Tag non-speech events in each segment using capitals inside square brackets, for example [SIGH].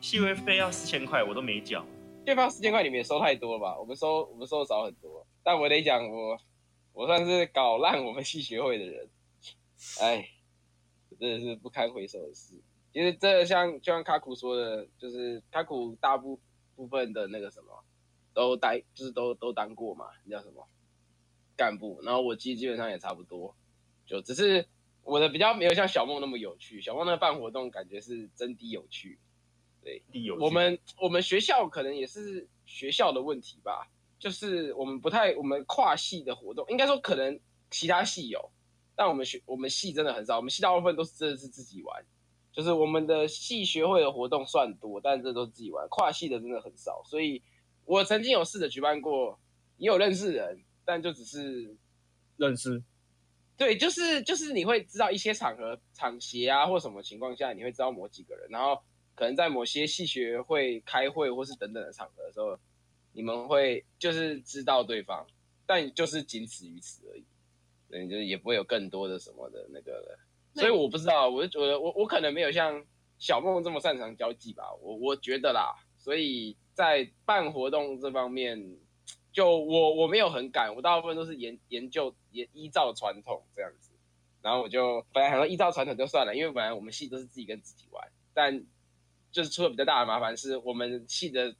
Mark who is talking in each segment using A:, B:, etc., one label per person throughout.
A: 系会费要四千块，我都没缴。
B: 对方四千块你们也收太多了吧？我们收我们收的少很多，但我得讲我我算是搞烂我们系学会的人，哎，真的是不堪回首的事。其实这像就像卡库说的，就是卡库大部部分的那个什么都待，就是都都当过嘛，那叫什么干部。然后我记基本上也差不多，就只是我的比较没有像小梦那么有趣。小梦那办活动感觉是真的有趣，
A: 理由
B: 我们我们学校可能也是学校的问题吧，就是我们不太我们跨系的活动，应该说可能其他系有，但我们学我们系真的很少，我们系大部分都是真的是自己玩，就是我们的系学会的活动算多，但这都是自己玩，跨系的真的很少，所以我曾经有试着举办过，也有认识人，但就只是
C: 认识
B: 对，就是就是你会知道一些场合、场协啊，或什么情况下，你会知道某几个人，然后可能在某些系学会开会或是等等的场合的时候，你们会就是知道对方，但就是仅此于此而已，对，就是也不会有更多的什么的那个了。
D: 那
B: 所以我不知道，我就觉得我我可能没有像小梦这么擅长交际吧，我我觉得啦，所以在办活动这方面，就我我没有很赶，我大部分都是研研究也依照传统这样子，然后我就本来想说依照传统就算了，因为本来我们系都是自己跟自己玩，但就是出了比较大的麻烦是我们系的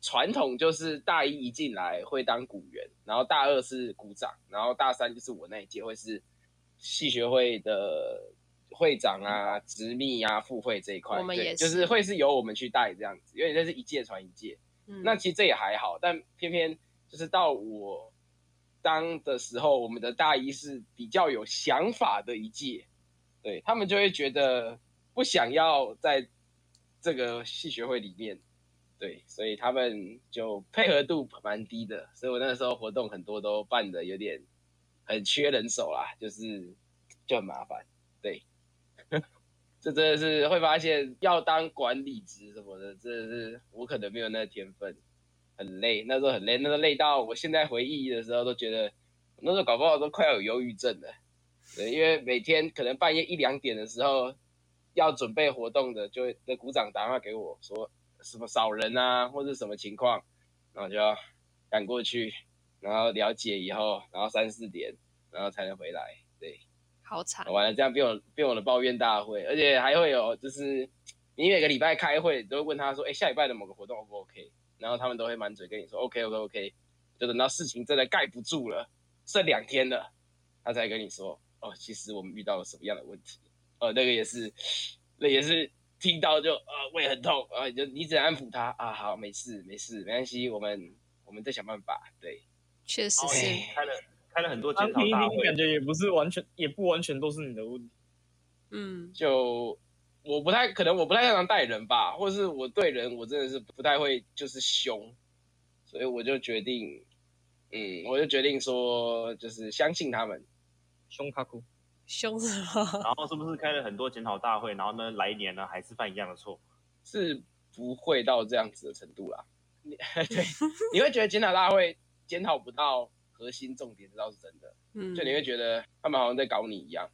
B: 传统就是大一一进来会当鼓员，然后大二是鼓掌，然后大三就是我那一届会是系学会的会长啊、执秘啊、副会这一块，
D: 我们
B: 对
D: 也
B: 就是是会是由我们去带这样子，因为这是一届传一届。
D: 嗯
B: 那其实这也还好，但偏偏就是到我当的时候，我们的大一是比较有想法的一届，对他们就会觉得不想要在这个系学会里面，对，所以他们就配合度蛮低的，所以我那时候活动很多都办的有点很缺人手啦，就是就很麻烦，对。这真的是会发现，要当管理职什么的，真的是我可能没有那个天分，很累，那时候很累，那时候累到我现在回忆的时候都觉得，我那时候搞不好都快要有忧郁症了。对，因为每天可能半夜一两点的时候，要准备活动的，就会那鼓掌打电话给我说什么少人啊，或者什么情况，然后就要赶过去，然后了解以后，然后三四点，然后才能回来。对，
D: 好惨，
B: 哦完了，这样变我变我的抱怨大会，而且还会有就是你每个礼拜开会你都会问他说，哎、下礼拜的某个活动 O 不 OK？然后他们都会满嘴跟你说 OK OK OK，就等到事情真的盖不住了，剩两天了，他才跟你说，哦，其实我们遇到了什么样的问题？哦，那个也是，那也是听到就呃胃很痛，啊、你就你只能安抚他啊，好，没事没事，没关系，我们我们再想办法，对。
D: 确实
A: 哦
D: 是。
B: 哎
A: 开了开了很多
C: 啊
A: 检讨
C: 听一
A: 大
C: 听，
A: 会
C: 感，觉也不是完全，也不完全都是你的问题。
D: 嗯，
B: 就我不太可能，我不太擅长带人吧，或是我对人我真的是不太会，就是凶，所以我就决定，嗯，我就决定说，就是相信他们。
C: 胸卡库，
D: 凶什么？
A: 然后是不是开了很多检讨大会，然后呢，来年呢还是犯一样的错？
B: 是不会到这样子的程度啦。你 [LAUGHS] 对，你会觉得检讨大会检讨不到核心重点，这倒是真的。
D: 嗯，
B: 就你会觉得他们好像在搞你一样。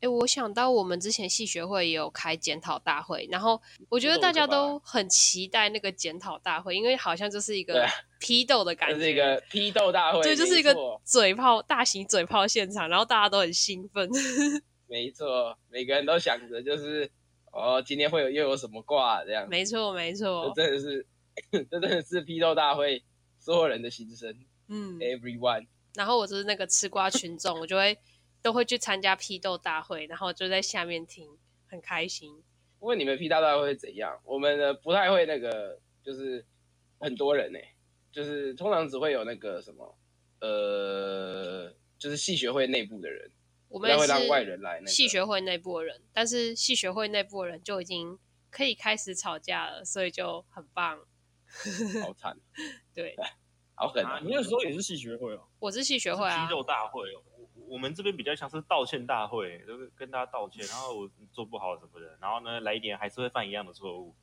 D: 哎、我想到我们之前系学会也有开检讨大会，然后我觉得大家
B: 啊
D: 都很期待那个检讨大会，因为好像就是一
B: 对
D: 个
B: 啊
D: [LAUGHS] 批
B: [LAUGHS]
D: 斗的感
B: 这
D: 觉，
B: 是一个批斗大会，
D: 对，就是
B: 没
D: 一个
B: 错
D: 嘴炮大型嘴炮现场，然后大家都很兴奋。 [LAUGHS]
B: 没错，每个人都想着就是，哦，今天会有又有什么挂这样。
D: 没错，没
B: 这
D: 错，
B: 真的是， [LAUGHS] 这真的是批斗大会所有人的心声
D: 嗯。
B: ，everyone。
D: 然后我就是那个吃瓜群众，我就会都会去参加批斗大会，然后就在下面听，很开心。
B: 不过你们批斗大会会怎样？我们呢不太会那个，就是很多人呢、就是通常只会有那个什么，呃，就是系学会内部的人，
D: 我
B: 不
D: 们
B: 太
D: 也
B: 会
D: 是
B: 让外人来那个。
D: 系学会内部的人，但是系学会内部的人就已经可以开始吵架了，所以就很棒。
B: 好惨， [LAUGHS]
D: 对，
B: 好狠
A: 啊
B: 啊！
C: 你那时候也是系学会哦。
D: 我是系学会啊
A: 批，斗大会哦，我我们这边比较像是道歉大会，就是跟大家道歉，然后我做不好什么的，然后呢，来年还是会犯一样的错误。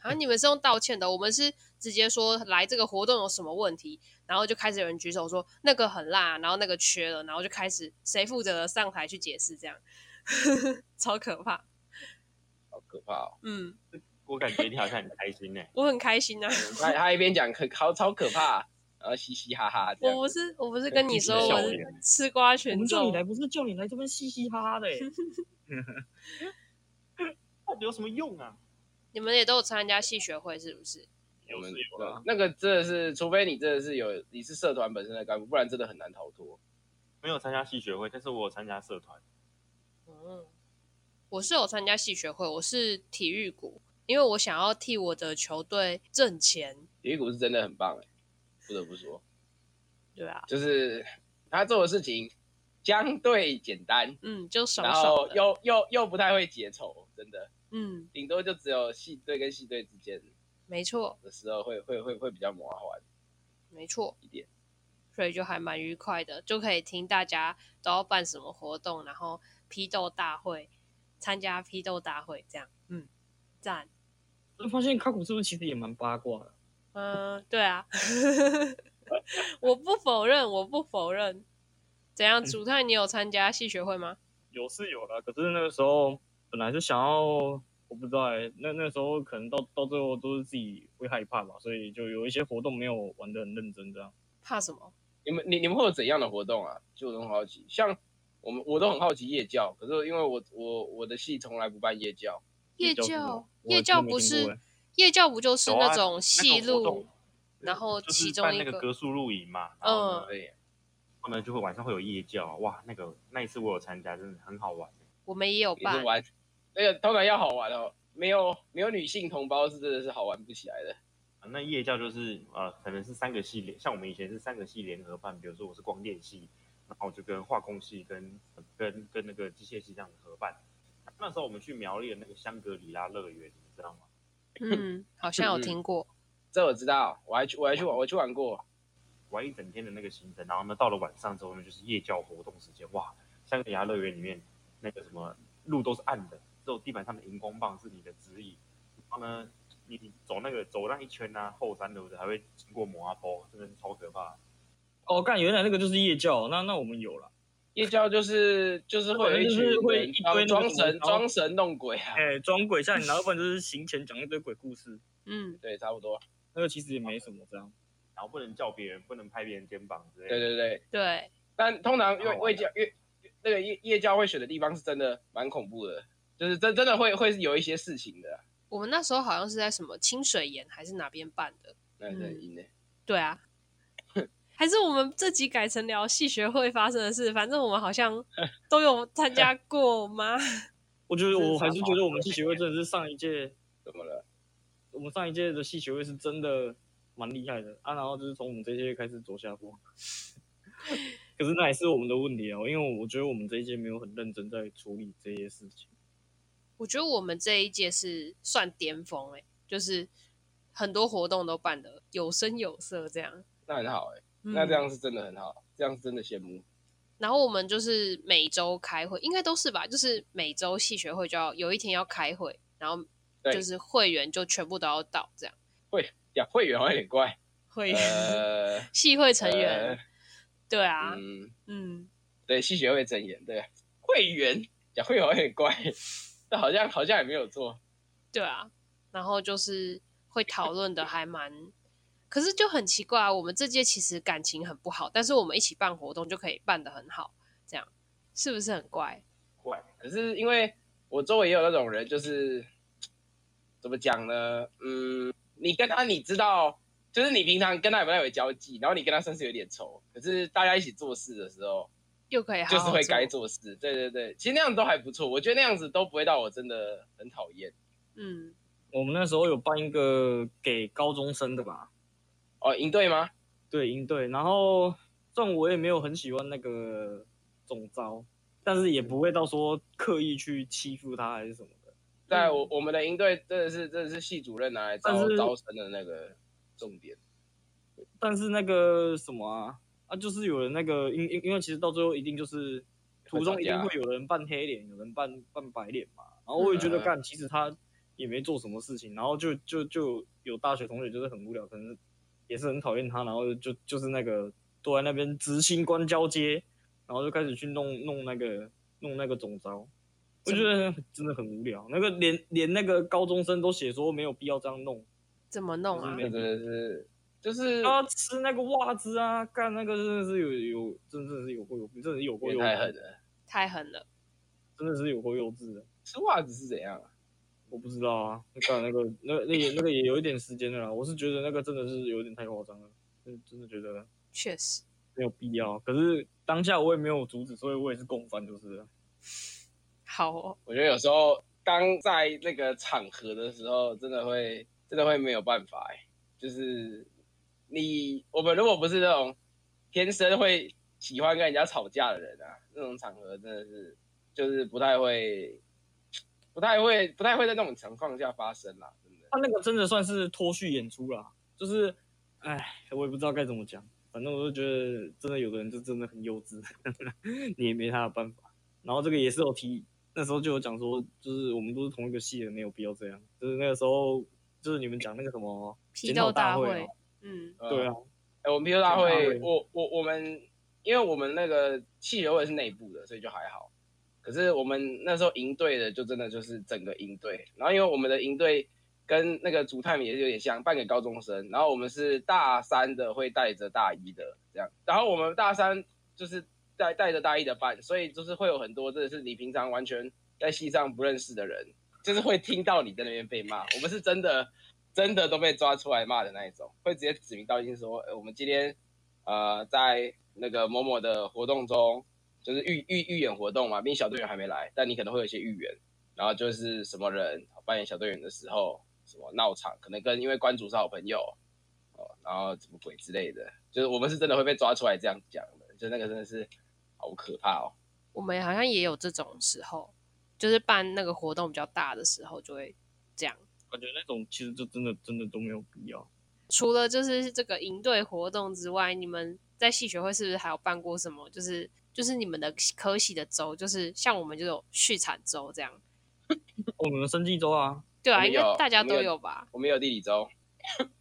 D: 啊，你们是用道歉的，我们是直接说来这个活动有什么问题，然后就开始有人举手说那个很辣，然后那个缺了，然后就开始谁负责的上台去解释，这样 [LAUGHS] 超可怕。
B: 好可怕哦！
D: 嗯，
A: 我感觉你好像很开心呢、
D: 我很开心啊！
B: 他他一边讲可好超可怕，然后嘻嘻哈哈 [LAUGHS] 这
D: 我
B: 样。
D: 不是我不是跟你说我
A: 笑
D: 是
A: 脸
D: 吃瓜
C: 我
D: 群
C: 们叫
D: 众
C: 你，来不是叫你来这边嘻嘻哈哈的、欸，
A: 到底有什么用啊？
D: 你们也都有参加戏学会是不是？
A: 有
B: 们
A: 是有
B: 对
A: 啦，
B: 啊那个真的是，除非你真的是有你是社团本身的干部，不然真的很难逃脱。
A: 没有参加系学会，但是我有参加社团。
D: 嗯，我是有参加戏学会，我是体育股，因为我想要替我的球队挣钱，
B: 体育股是真的很棒哎、不得不说，
D: 对啊，
B: 就是他做的事情相对简单，
D: 嗯，就爽
B: 然
D: 爽
B: 后
D: 的，
B: 又又又不太会结仇，真的，
D: 嗯，
B: 顶多就只有系队跟系队之间
D: 没错
B: 的时候会会会会比较麻烦
D: 没错，
B: 一点。
D: 所以就还蛮愉快的，就可以听大家都要办什么活动，然后批斗大会，参加批斗大会这样，嗯，赞，
C: 就发现卡古是不是其实也蛮八卦的？
D: 嗯，对啊， [LAUGHS] 我不否认，我不否认。怎
B: [LAUGHS]
D: 样，主太你有参加戏学会吗？
C: 有是有啦，可是那个时候本来是想要，我不知道哎、那那时候可能到到最后都是自己会害怕吧，所以就有一些活动没有玩的很认真这样。
D: 怕什么？
B: 你们你你们会有怎样的活动啊？就我很好奇，像我们我都很好奇夜教，可是因为我我我的系从来不办夜教，
D: 夜
C: 是什
D: 教
C: 么，我
D: 夜
C: 真的
D: 教
C: 没
D: 不
C: 听
D: 是
C: 过欸
D: 夜教不就是
A: 有啊
D: 那种戏
A: 那个活
D: 路
A: 动？
D: 然后
A: 就是
D: 其中
A: 办
D: 一
A: 那个
D: 个
A: 格数露营嘛，然后呢
D: 嗯，
B: 对，
A: 他们就会晚上会有夜教，啊哇，那个那一次我有参加，真的很好玩。
D: 我们也有
B: 也是
D: 办，
B: 玩，那个当然要好玩哦，没有没有女性同胞是真的是好玩不起来的。
A: 啊那夜教就是呃，可能是三个系联，像我们以前是三个系联合办，比如说我是光电系，然后我就跟化工系跟呃跟跟那个机械系这样子合办。那时候我们去苗栗的那个香格里拉乐园，你知道吗？
D: 嗯，好像有
B: 嗯
D: 听过，
B: 这我知道，我还去我还去玩我去玩过，
A: 玩一整天的那个行程，然后呢，到了晚上之后呢，就是夜教活动时间。哇，香格里拉乐园里面那个什么路都是暗的，只有地板上的荧光棒是你的指引。然后呢，你你走那个走那一圈啊，后山对不对？还会经过摩阿波，真的是超可怕。
C: 哦，干，原来那个就是夜教，那那我们有了。
B: 夜教就是就是会有一群
C: 就是会
B: 人
C: 一堆那个
B: 装神
C: 然后
B: 装神弄鬼啊，
C: 哎、装鬼吓你，然后不然就是行前讲一堆鬼故事，
D: 嗯，
B: 对，差不多，
C: 那个其实也没什么这样。
A: 然后不能叫别人，不能拍别人肩膀之类
B: 对
A: 的。
B: 对对。
D: 对，
B: 但通常因
A: 好
B: 为
A: 玩
B: 夜教夜那个夜夜教会选的地方是真的蛮恐怖的，就是真真的会会是有一些事情的啊，
D: 我们那时候好像是在什么清水岩还是哪边办的，
B: 那
D: 嗯
B: 很阴的。
D: 对啊，还是我们这集改成聊戏学会发生的事，反正我们好像都有参加过吗？ [LAUGHS]
C: 我觉得
A: 真的
C: 我还
A: 是
C: 是
A: 蛮
C: 觉得
A: 好
C: 我们
A: 的
C: 系学会真的是上一届，
B: 怎么了？
C: 我们上一届的系学会是真的蛮厉害的啊。然后就是从我们这一届开始走下坡， [LAUGHS] 可是那也是我们的问题哦，因为我觉得我们这一届没有很认真在处理这些事情。
D: 我觉得我们这一届是算巅峰哎、就是很多活动都办的有声有色这样。
B: 那很好哎、
D: 嗯
B: 那这样是真的很好，这样是真的羡慕。
D: 然后我们就是每周开会，应该都是吧？就是每周系学会就要有一天要开会，然后
B: 对
D: 就是会员就全部都要到这样。
B: 讲会员好像有点怪，
D: 会员、
B: 呃，
D: [LAUGHS] 系会成员，
B: 呃
D: 对啊，
B: 嗯，
D: 嗯，
B: 对，系学会整言，对，啊会员讲会员有点怪， [LAUGHS] 但好像好像也没有做，
D: 对啊。然后就是会讨论的还蛮，可是就很奇怪啊。我们这届其实感情很不好，但是我们一起办活动就可以办得很好，这样是不是很怪？
A: 怪，
B: 可是因为我周围也有那种人，就是怎么讲呢？嗯，你跟他你知道，就是你平常跟他也不太有交际，然后你跟他算是有点仇，可是大家一起做事的时候，
D: 又可以好
B: 就
D: 好
B: 是
C: 哦
B: 会
D: 做
B: 该做事。对对对，其实那样都还不错，我觉得那样子都不会到我真的很讨厌。
D: 嗯，
C: 我们那时候有办一个给高中生的吧，
B: 哦，营队吗？
C: 对应对，然后虽然我也没有很喜欢那个总招，但是也不会到说刻意去欺负他还是什么的。
B: 在
D: 嗯
B: 我我们的营队真的是真的是系主任拿来招
C: 但是
B: 招生的那个重点。
C: 但是那个什么啊啊，就是有人那个，因因因为其实到最后一定就是途中一定会有人扮黑脸，有人扮扮白脸嘛。然后我也觉得
B: 嗯
C: 干，其实他也没做什么事情，然后就就就有大学同学就是很无聊，可能也是很讨厌他，然后就就是那个坐在那边执行官交接，然后就开始去弄弄那个弄那个总招。我觉得真的很无聊。那个连连那个高中生都写说没有必要这样弄，
D: 怎么弄啊
C: 就
B: 这
C: 是？
B: 真的是就是
C: 他吃那个袜子啊，干那个真的是有有，真的是有过有，真的是有过
B: 也
C: 有，
B: 太狠了。
D: 太狠了，
C: 真的是有过幼稚的。
B: 吃袜子是怎样啊？
C: 我不知道啊，那干那个那那也那个也有一点时间的啦。我是觉得那个真的是有点太夸张了，真真的觉得
D: 确实。
C: 没有必要。可是当下我也没有阻止，所以我也是共犯就是了。
D: 好哦，
B: 我觉得有时候当在那个场合的时候，真的会真的会没有办法、欸，就是你我们如果不是那种天生会喜欢跟人家吵架的人啊，那种场合真的是就是不太会，不太会不太会在那种情况下发生啦，真的。
C: 他那个真的算是脱序演出啦，就是，哎，我也不知道该怎么讲，反正我就觉得，真的有的人就真的很幼稚， [LAUGHS] 你也没他的办法。然后这个也是有提，那时候就有讲说，就是我们都是同一个系的，没有必要这样。就是那个时候，就是你们讲那个什么
D: 批
C: 检
D: 斗
C: 讨
D: 大
C: 会
D: 会
B: 哦
C: 啊，，
D: 嗯，
C: 对
B: 嗯
C: 啊，
B: 哎、我们啤酒大
C: 啤酒大
B: 会
C: 会，
B: 我我我们，因为我们那个汽油味是内部的，所以就还好。可是我们那时候营队的就真的就是整个营队，然后因为我们的营队跟那个竹炭米也是有点像，半个高中生，然后我们是大三的会带着大一的这样，然后我们大三就是带带着大一的班，所以就是会有很多真的是你平常完全在系上不认识的人，就是会听到你在那边被骂，我们是真的真的都被抓出来骂的那一种，会直接指名道姓说，呃，我们今天呃在那个某某的活动中，就是预预预演活动嘛，毕竟小队员还没来，但你可能会有一些预演，然后就是什么人扮演小队员的时候，什么闹场，可能跟因为关主是好朋友，哦，然后什么鬼之类的，就是我们是真的会被抓出来这样讲的，就那个真的是好可怕哦。
D: 我们好像也有这种时候，就是办那个活动比较大的时候就会这样。
C: 感觉那种其实就真的真的都没有必要。
D: 除了就是这个营队活动之外，你们在系学会是不是还有办过什么？就是就是你们的科系的周，就是像我们就有畜产周这样。
C: 我哦们生计周啊，
D: 对
B: 我
D: 啊，
B: 们
D: 应该
B: 有
D: 大家
B: 我们
D: 都
B: 有
D: 有吧？
B: 我们有地理周，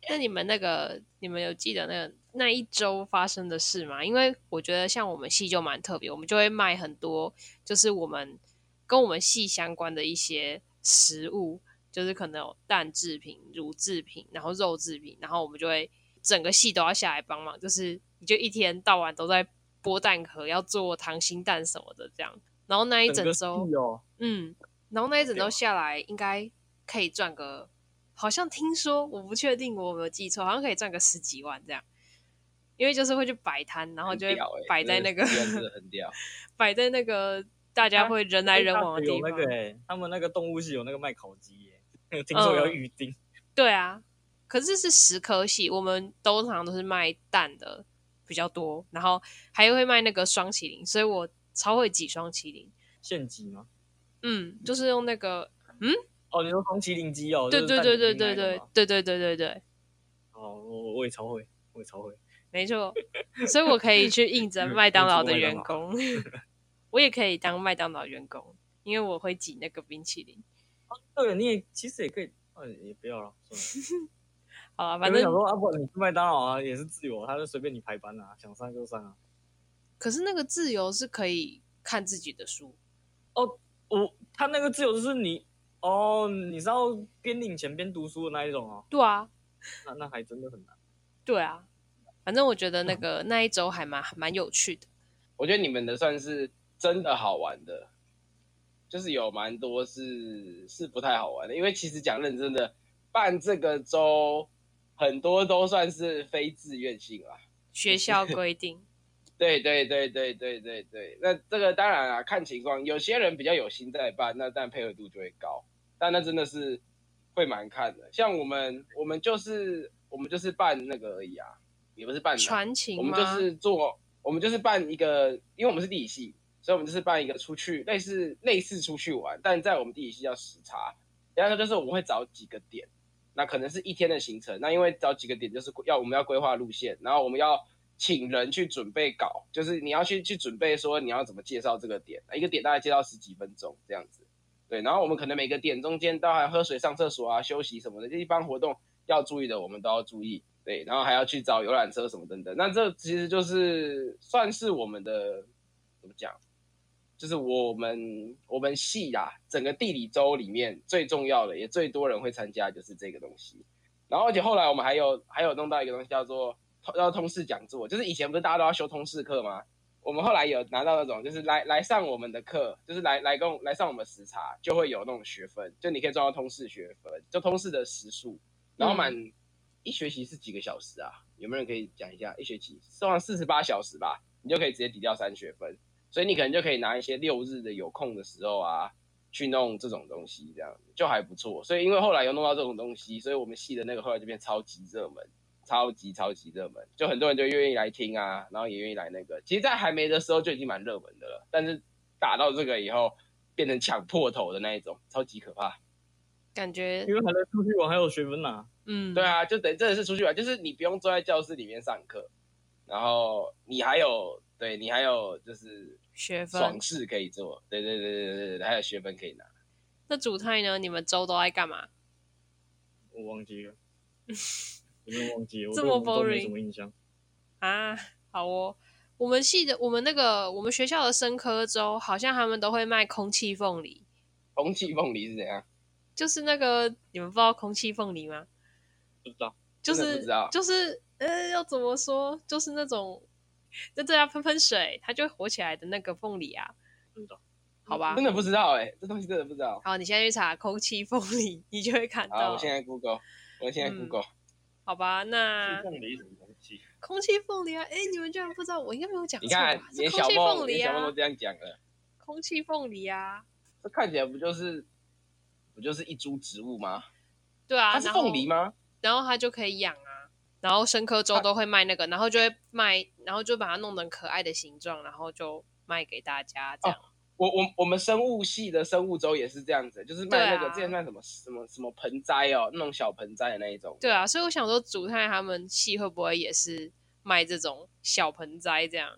D: 那你们那个，你们有记得那个那一周发生的事吗？因为我觉得像我们系就蛮特别，我们就会卖很多，就是我们跟我们系相关的一些食物，就是可能有蛋制品、乳制品，然后肉制品，然后我们就会整个系都要下来帮忙，就是你就一天到晚都在剥蛋壳，要做溏心蛋什么的这样。然后那一整
C: 个系
D: 周，
C: 哦，
D: 嗯，然后那一整
C: 对
D: 周
C: 啊
D: 下来，应该可以赚个，好像听说我不确定我有没有记错，好像可以赚个十几万这样。因为就是会去摆摊，然后
B: 很
D: 就会
B: 屌欸
D: 摆在那个、 [LAUGHS]
B: 真的真的很屌。
D: 摆在那个大家
C: 啊
D: 会人来人往的
C: 有
D: 地
C: 那
D: 方。
C: 个哎、他们那个动物系有那个卖烤鸡耶、 [LAUGHS] 听
D: 嗯
C: 说要预定。
D: 对啊，可是是十颗系，我们都通常都是卖蛋的比较多，然后还会卖那个双麒麟，所以我超会挤双麒麟。
C: 现挤吗？
D: 嗯，就是用那个，
C: 哦，你说双麒麟鸡哦？
D: 对
C: 就是
D: 对对对
C: 蛋
D: 对对
C: 里面那个吗
D: 对对对对对，
C: 哦，我我也超会，我也超会。
D: 没错， [LAUGHS] 所以我可以去应征麦当劳的员工， [LAUGHS] 我也可以当麦当劳员工，因为我会挤那个冰淇淋。
C: 对，你也其实也可以，呃、也不要了，算了。
D: 好了，
C: 反
D: 反正
C: 正想说啊，不，你去麦当劳啊，也是自由啊，他就随便你排班啊，想上就上啊。
D: 可是那个自由是可以看自己的书，
C: 我他那个自由就是你哦，你是要边领钱边读书的那一种哦，
D: 对啊，
C: 那那还真的很难。
D: 对啊，反正我觉得那
B: 嗯
D: 个那一周还蛮蛮有趣的。
B: 我觉得你们的算是真的好玩的，就是有蛮多是是不太好玩的，因为其实讲认真的，办这个周很多都算是非自愿性啦。 [LAUGHS]
D: 学校规定，
B: 对对对对对对对，那这个当然啊，看情况，有些人比较有心在办，那但配合度就会高，但那真的是会蛮看的。像我们，我们就是我们就是办那个而已啊，也不是办啊
D: 传
B: 我
D: 情
B: 们
D: 吗？
B: 就是做，我们就是办一个，因为我们是地理系，所以我们就是办一个出去类似类似出去玩，但在我们地理系叫时差。然后就是我们会找几个点，那可能是一天的行程。那因为找几个点就是要我们要规划路线，然后我们要请人去准备稿，就是你要去去准备说你要怎么介绍这个点，一个点大概介绍十几分钟这样子。对，然后我们可能每个点中间都还喝水、上厕所啊、休息什么的，这一般活动要注意的，我们都要注意。对，然后还要去找游览车什么等等。那这其实就是算是我们的怎么讲，就是我们我们系啊，整个地理周里面最重要的，也最多人会参加，就是这个东西。然后而且后来我们还有还有弄到一个东西叫做叫通识讲座，就是以前不是大家都要修通识课吗？我们后来有拿到那种，就是来来上我们的课，就是来来跟我来上我们时差，就会有那种学分，就你可以赚到通识学分，就通识的时数，然后满、一学期是几个小时啊？有没有人可以讲一下？一学期算完四十八小时吧，你就可以直接抵掉三学分，所以你可能就可以拿一些六日的有空的时候啊，去弄这种东西，这样就还不错。所以因为后来有弄到这种东西，所以我们系的那个后来就变超级热门。超级超级热门，就很多人就愿意来听啊，然后也愿意来那个。其实，在还没的时候就已经蛮热门的了，但是打到这个以后，变成抢破头的那一种，超级可怕。
D: 感觉
C: 因为还在出去玩，还有学分拿。
D: 嗯，
B: 对，啊，就等于真的是出去玩，就是你不用坐在教室里面上课，然后你还有对你还有就是
D: 学分
B: 爽。事可以做，对对对对对对，还有学分可以拿。
D: 那主菜呢？你们周都爱干嘛？
C: 我忘记
D: [LAUGHS]
C: 了，有没有忘记？我
D: 这
C: 对
D: 么
C: 我们都没
D: boring
C: 什么印象。
D: 啊，好哦。我们系的，我们那个我们学校的生科周，好像他们都会卖空气凤梨，
B: 空气凤梨是怎样？
D: 就是那个你们不知道空气凤梨吗？
C: 不知道，
D: 就
B: 真的
D: 是
B: 不知道
D: 就是呃，要怎么说？就是那种就对它喷喷水，它就会活起来的那个凤梨啊，
C: 不知道。
D: 好吧
B: 真？的不知道哎、这东西真的不知道。
D: 好，你现在去查空气凤梨，你就会看
B: 好，
D: 到
B: 我。现在 Google，我现在
D: 嗯
B: Google，、
D: 好吧，那
A: 是凤梨什么东西？
D: 空气凤梨啊，哎，你们居然不知道，我应该没有讲
B: 你
D: 错吧
B: 看？
D: 是
B: 连
D: 空
B: 小
D: 气
B: 梦
D: 凤
B: 连
D: 梨
B: 小梦都
D: 啊，
B: 这样讲了。
D: 空气凤梨啊，
B: 这看起来不就是不就是一株植物吗？
D: 对啊，
B: 它是凤梨
D: 吗？
B: 吗？
D: 然后它就可以养啊。然后生科州都会卖那个，然后就会卖，然后就把它弄成可爱的形状，然后就卖给大家这样。
B: 我我我们生物系的生物周也是这样子，就是卖那
D: 对
B: 个
D: 啊
B: 之前卖什么什么什么盆栽哦，那种小盆栽的那一种。
D: 对啊，所以我想说，竹炭他们系会不会也是卖这种小盆栽这样？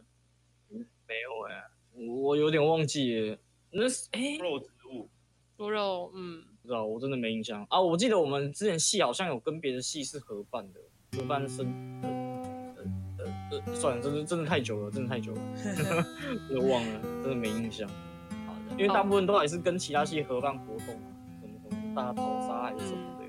C: 没有哎、我我有点忘记耶。那是哎、
A: 肉植物，
D: 猪肉，嗯，
C: 不知道，我真的没印象啊。我记得我们之前系好像有跟别的系是合办的，合办生，呃呃呃呃，算了，真的真的太久了，真的太久了，真的忘了，真的没印象。
D: 好的，
C: 因为大部分都还是跟其他系合办活动啊，什么什么大逃杀还是什么的。